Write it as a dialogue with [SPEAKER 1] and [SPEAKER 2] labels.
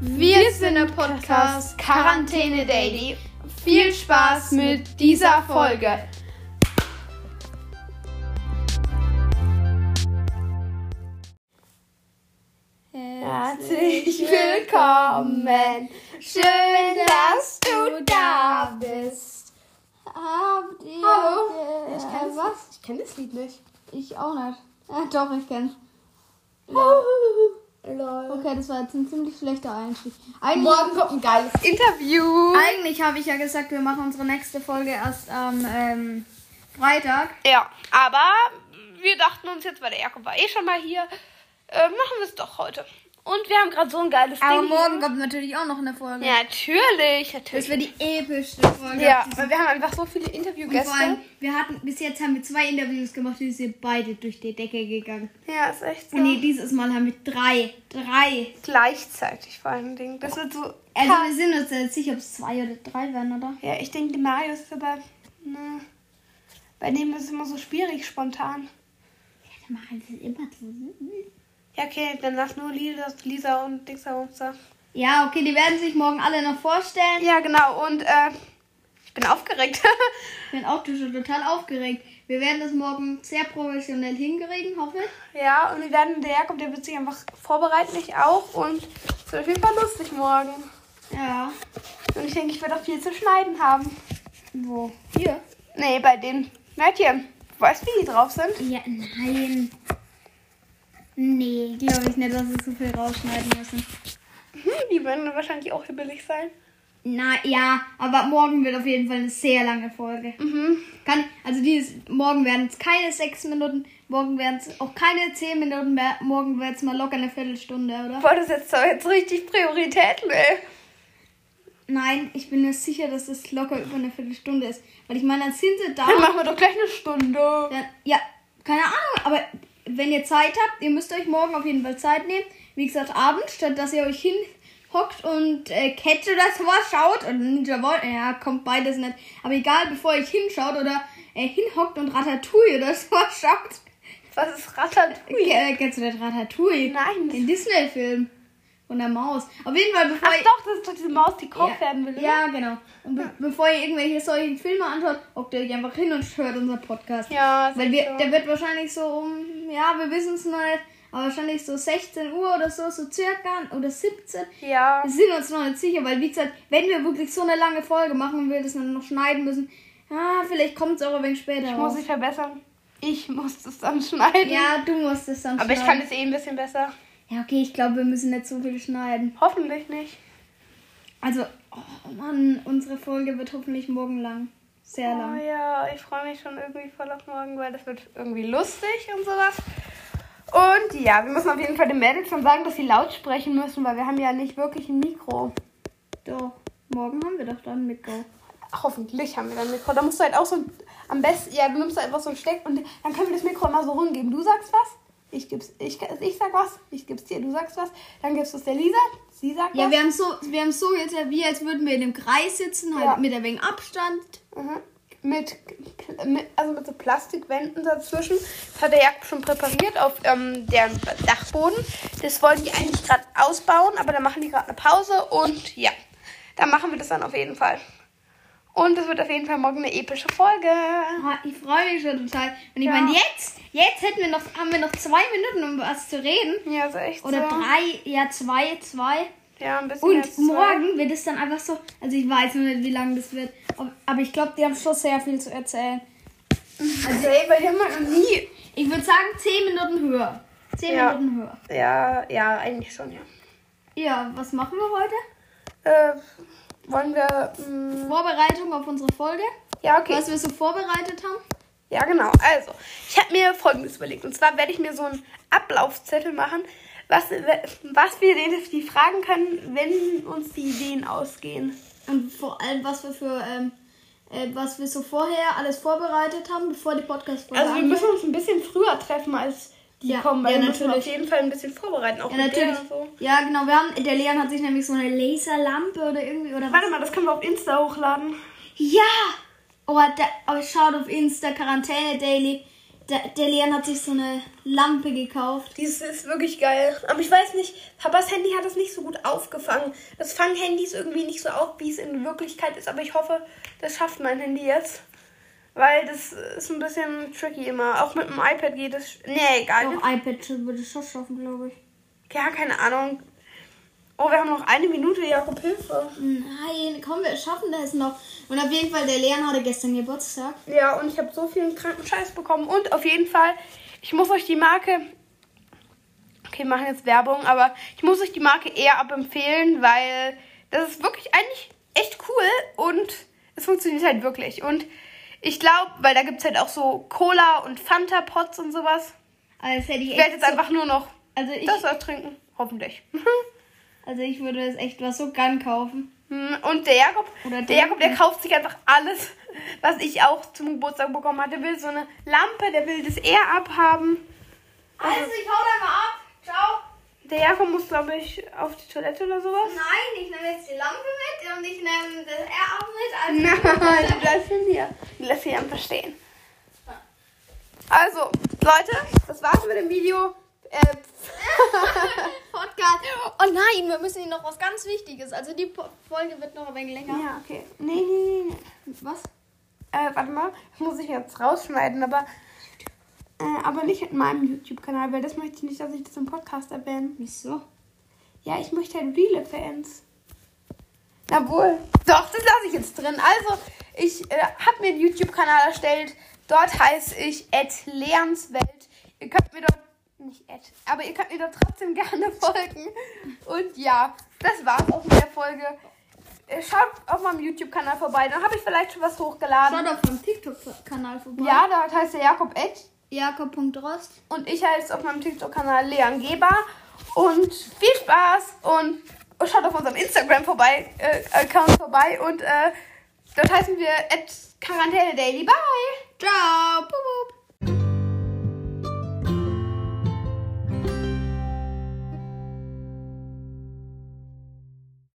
[SPEAKER 1] Wir, sind der Podcast Quarantäne Daily. Viel Spaß mit dieser Folge. Herzlich willkommen. Schön, dass du da bist.
[SPEAKER 2] Habt ihr
[SPEAKER 1] Hallo.
[SPEAKER 2] gehört?
[SPEAKER 1] Ich kenn's.
[SPEAKER 2] was?
[SPEAKER 1] Ich kenne das Lied nicht.
[SPEAKER 2] Ich auch nicht. Ah, doch, ich kenn's.
[SPEAKER 1] Lol.
[SPEAKER 2] Okay, das war jetzt ein ziemlich schlechter Einstieg. Eigentlich,
[SPEAKER 1] Morgen kommt ein geiles Interview.
[SPEAKER 2] eigentlich habe ich ja gesagt, wir machen unsere nächste Folge erst am ähm, Freitag.
[SPEAKER 1] Ja, aber wir dachten uns jetzt, weil der Jakob war eh schon mal hier, äh, machen wir es doch heute. Und wir haben gerade so ein geiles
[SPEAKER 2] Aber
[SPEAKER 1] Ding.
[SPEAKER 2] morgen kommt natürlich auch noch eine Folge.
[SPEAKER 1] Ja, natürlich,
[SPEAKER 2] Das
[SPEAKER 1] natürlich.
[SPEAKER 2] wird die epischste Folge.
[SPEAKER 1] Ja,
[SPEAKER 2] Und
[SPEAKER 1] weil wir haben einfach so viele
[SPEAKER 2] vor allem,
[SPEAKER 1] Interviewgäste.
[SPEAKER 2] wir hatten, bis jetzt haben wir zwei Interviews gemacht, die sind beide durch die Decke gegangen.
[SPEAKER 1] Ja, ist echt so.
[SPEAKER 2] Und nee, dieses Mal haben wir drei. Drei.
[SPEAKER 1] Gleichzeitig vor allen Dingen. Das wird so.
[SPEAKER 2] Also wir sind uns jetzt sicher, ob es zwei oder drei werden, oder?
[SPEAKER 1] ja, ich denke, Marius ist aber. Ne, bei dem ist es immer so schwierig, spontan.
[SPEAKER 2] Wir machen das immer ne? zusammen.
[SPEAKER 1] Ja, okay, dann lass nur Lisa, Lisa und Dixer und so.
[SPEAKER 2] Ja, okay, die werden sich morgen alle noch vorstellen.
[SPEAKER 1] Ja, genau. Und äh, ich bin aufgeregt.
[SPEAKER 2] Ich bin auch schon total aufgeregt. Wir werden das morgen sehr professionell hinkriegen, hoffe ich.
[SPEAKER 1] Ja, und wir werden, der Jakob, der wird sich einfach vorbereiten, ich auch. Und es wird auf jeden Fall lustig morgen.
[SPEAKER 2] Ja.
[SPEAKER 1] Und ich denke, ich werde auch viel zu schneiden haben.
[SPEAKER 2] Wo? Hier?
[SPEAKER 1] Nee, bei den Mädchen. Weißt du, wie die drauf sind?
[SPEAKER 2] Ja, nein. Nee, glaube ich nicht, dass wir so viel rausschneiden müssen.
[SPEAKER 1] Hm, die werden wahrscheinlich auch hibbelig sein.
[SPEAKER 2] Na ja, aber morgen wird auf jeden Fall eine sehr lange Folge.
[SPEAKER 1] Mhm.
[SPEAKER 2] Kann, also dieses, morgen werden es keine sechs Minuten, morgen werden es auch keine zehn Minuten mehr, morgen wird es mal locker eine Viertelstunde, oder?
[SPEAKER 1] Boah, das setzt doch jetzt richtig Prioritäten, ey.
[SPEAKER 2] Nein, ich bin mir sicher, dass es locker über eine Viertelstunde ist. Weil ich meine, dann sind sie da.
[SPEAKER 1] Dann machen wir doch gleich eine Stunde.
[SPEAKER 2] Dann, ja, keine Ahnung, aber wenn ihr Zeit habt, ihr müsst euch morgen auf jeden Fall Zeit nehmen. Wie gesagt, abends, statt dass ihr euch hinhockt und äh, Catch oder sowas schaut und Ninja Warrior, ja, kommt beides nicht. Aber egal, bevor ihr euch hinschaut oder äh, hinhockt und Ratatouille oder sowas schaut.
[SPEAKER 1] Was ist Ratatouille?
[SPEAKER 2] Äh, kennst du das Ratatouille?
[SPEAKER 1] Nein.
[SPEAKER 2] Den Disney-Film. Von der Maus. Auf jeden Fall, bevor
[SPEAKER 1] Ach
[SPEAKER 2] ihr...
[SPEAKER 1] doch, das ist doch diese Maus, die Kopf
[SPEAKER 2] ja,
[SPEAKER 1] werden will. ne?
[SPEAKER 2] ja, genau. Und be bevor ihr irgendwelche solchen Filme anschaut, hockt ihr euch einfach hin und hört unseren Podcast.
[SPEAKER 1] Ja, ist
[SPEAKER 2] Weil
[SPEAKER 1] echt
[SPEAKER 2] wir,
[SPEAKER 1] so.
[SPEAKER 2] der wird wahrscheinlich so um, ja, wir wissen es noch nicht, aber wahrscheinlich so 16 Uhr oder so, so circa, oder 17.
[SPEAKER 1] Ja.
[SPEAKER 2] Wir sind uns noch nicht sicher, weil wie gesagt, wenn wir wirklich so eine lange Folge machen und wir das dann noch schneiden müssen, ah, vielleicht kommt es auch ein wenig später
[SPEAKER 1] Ich muss
[SPEAKER 2] raus.
[SPEAKER 1] mich verbessern. Ich muss das dann schneiden.
[SPEAKER 2] Ja, du musst es dann
[SPEAKER 1] Aber ich kann
[SPEAKER 2] schneiden.
[SPEAKER 1] es eh ein bisschen besser.
[SPEAKER 2] Ja, okay, ich glaube, wir müssen nicht so viel schneiden.
[SPEAKER 1] Hoffentlich nicht.
[SPEAKER 2] Also, oh Mann, unsere Folge wird hoffentlich morgen lang. Sehr
[SPEAKER 1] Oh
[SPEAKER 2] lang.
[SPEAKER 1] ja, ich freue mich schon irgendwie voll auf morgen, weil das wird irgendwie lustig und sowas. Und ja, wir müssen auf jeden Fall den Mädels schon sagen, dass sie laut sprechen müssen, weil wir haben ja nicht wirklich ein Mikro.
[SPEAKER 2] Doch, morgen haben wir doch dann Mikro.
[SPEAKER 1] Hoffentlich haben wir dann ein Mikro. Da musst du halt auch so ein- am besten, ja, du nimmst da einfach so ein Steck und dann können wir das Mikro immer so rumgeben. Du sagst was, ich gib's, ich, ich sag was, ich gib's dir, du sagst was, dann gibst du es der Lisa, sie sagt
[SPEAKER 2] Ja,
[SPEAKER 1] was.
[SPEAKER 2] wir haben so, wir haben so jetzt, wie als würden wir in einem Kreis sitzen, halt
[SPEAKER 1] Ja.
[SPEAKER 2] mit ein wenig Abstand.
[SPEAKER 1] Mhm. Mit, mit, also mit so Plastikwänden dazwischen. Das hat der Jakob schon präpariert auf ähm, deren Dachboden. Das wollen die eigentlich gerade ausbauen, aber dann machen die gerade eine Pause und ja, dann machen wir das dann auf jeden Fall. Und es wird auf jeden Fall morgen eine epische Folge.
[SPEAKER 2] Ah, Ich freue mich schon total. Und ich
[SPEAKER 1] Ja.
[SPEAKER 2] meine, jetzt, jetzt hätten wir noch, haben wir noch zwei Minuten, um was zu reden.
[SPEAKER 1] Ja, ist echt so.
[SPEAKER 2] Oder drei, ja, zwei, zwei.
[SPEAKER 1] Ja, ein bisschen
[SPEAKER 2] Und
[SPEAKER 1] jetzt so.
[SPEAKER 2] morgen wird es dann einfach so, also ich weiß noch nicht, wie lange das wird, ob- aber ich glaube, die haben schon sehr viel zu erzählen.
[SPEAKER 1] Also, ey, weil die haben wir noch nie.
[SPEAKER 2] Ich würde sagen, zehn Minuten höher. Zehn
[SPEAKER 1] Ja.
[SPEAKER 2] Minuten höher.
[SPEAKER 1] Ja, ja, eigentlich schon, ja.
[SPEAKER 2] Ja, was machen wir heute?
[SPEAKER 1] Äh, wollen wir. mm,
[SPEAKER 2] Vorbereitung auf unsere Folge.
[SPEAKER 1] ja, okay.
[SPEAKER 2] Was wir so vorbereitet haben.
[SPEAKER 1] Ja, genau. Also, ich habe mir Folgendes überlegt. Und zwar werde ich mir so einen Ablaufzettel machen, was, was wir denen die fragen können, wenn uns die Ideen ausgehen.
[SPEAKER 2] Und vor allem, was wir für, ähm, äh, was wir so vorher alles vorbereitet haben, bevor die Podcast-Folge
[SPEAKER 1] Also, wir müssen uns ein bisschen früher treffen, als die
[SPEAKER 2] Ja,
[SPEAKER 1] kommen, weil
[SPEAKER 2] ja,
[SPEAKER 1] wir müssen auf
[SPEAKER 2] natürlich.
[SPEAKER 1] jeden Fall ein bisschen vorbereiten. Auch
[SPEAKER 2] Ja,
[SPEAKER 1] mit denen
[SPEAKER 2] natürlich.
[SPEAKER 1] und so.
[SPEAKER 2] Ja, genau. Wir haben, der Leon hat sich nämlich so eine Laserlampe oder irgendwie oder was.
[SPEAKER 1] Warte mal, das können wir auf Insta hochladen.
[SPEAKER 2] Ja! Oh, da, oh, schaut auf Insta, Quarantäne Daily. Der, der Leon hat sich so eine Lampe gekauft.
[SPEAKER 1] Dieses ist wirklich geil. Aber ich weiß nicht, Papas Handy hat es nicht so gut aufgefangen. Das fangen Handys irgendwie nicht so auf, wie es in Wirklichkeit ist. Aber ich hoffe, das schafft mein Handy jetzt. Weil das ist ein bisschen tricky immer. Auch mit dem iPad geht es. sch- Nee, egal.
[SPEAKER 2] Doch, iPad würde es schon schaffen, glaube ich.
[SPEAKER 1] Ja, keine Ahnung. Oh, wir haben noch eine Minute, Jakob, Hilfe.
[SPEAKER 2] Nein, komm, wir schaffen das noch. Und auf jeden Fall, der Leon hatte gestern Geburtstag.
[SPEAKER 1] Ja, und ich habe so vielen kranken Scheiß bekommen. Und auf jeden Fall, ich muss euch die Marke. Okay, wir machen jetzt Werbung, aber ich muss euch die Marke eher abempfehlen, weil das ist wirklich eigentlich echt cool und es funktioniert halt wirklich. Und ich glaube, weil da gibt es halt auch so Cola und Fanta-Pots und sowas.
[SPEAKER 2] Also, das hätte ich
[SPEAKER 1] Ich werde
[SPEAKER 2] echt
[SPEAKER 1] jetzt einfach nur noch
[SPEAKER 2] also, ich,
[SPEAKER 1] das ertrinken. Hoffentlich.
[SPEAKER 2] also ich würde es echt was so gern kaufen.
[SPEAKER 1] Hm, Und der Jakob,
[SPEAKER 2] Oder
[SPEAKER 1] der Jakob, der kauft sich einfach alles, was ich auch zum Geburtstag bekommen hatte. Der will so eine Lampe, der will das eher abhaben.
[SPEAKER 2] Also ich hau da mal ab. Ciao.
[SPEAKER 1] Der Jakob muss, glaube ich, auf die Toilette oder sowas.
[SPEAKER 2] Nein, ich nehme jetzt die Lampe mit und ich nehme das R auch mit.
[SPEAKER 1] Nein, du bleibst in hier. Die lässt sich einfach stehen. Also, Leute, das war's mit dem Video. Äh,
[SPEAKER 2] Podcast. Oh nein, wir müssen Ihnen noch was ganz Wichtiges. Also die Po- Folge wird noch ein wenig länger.
[SPEAKER 1] ja, okay. Nee, nee, nee, nee.
[SPEAKER 2] Was?
[SPEAKER 1] Äh, warte mal, das muss ich jetzt rausschneiden, aber. Äh, aber nicht in meinem YouTube-Kanal, weil das möchte ich nicht, dass ich das im Podcast erwähne.
[SPEAKER 2] Wieso?
[SPEAKER 1] Ja, ich möchte halt reale Fans. Na wohl. Doch, das lasse ich jetzt drin. Also, ich äh, habe mir einen YouTube-Kanal erstellt. Dort heiße ich @lehrenswelt. Ihr könnt mir dort nicht at, aber ihr könnt mir dort trotzdem gerne folgen. Und ja, das war's auch mit der Folge. Äh, Schaut auf meinem YouTube-Kanal vorbei. Dann habe ich vielleicht schon was
[SPEAKER 2] Schau
[SPEAKER 1] hochgeladen.
[SPEAKER 2] doch vom TikTok-Kanal vorbei.
[SPEAKER 1] Ja, dort heißt der Jakob Ed.
[SPEAKER 2] Jakob.rost.
[SPEAKER 1] Und ich heiße auf meinem TikTok-Kanal Leon Geber. Und viel Spaß und schaut auf unserem Instagram vorbei, äh, Account vorbei. Und äh, dort heißen wir at Quarantäne Daily. Bye!
[SPEAKER 2] Ciao. Bubu.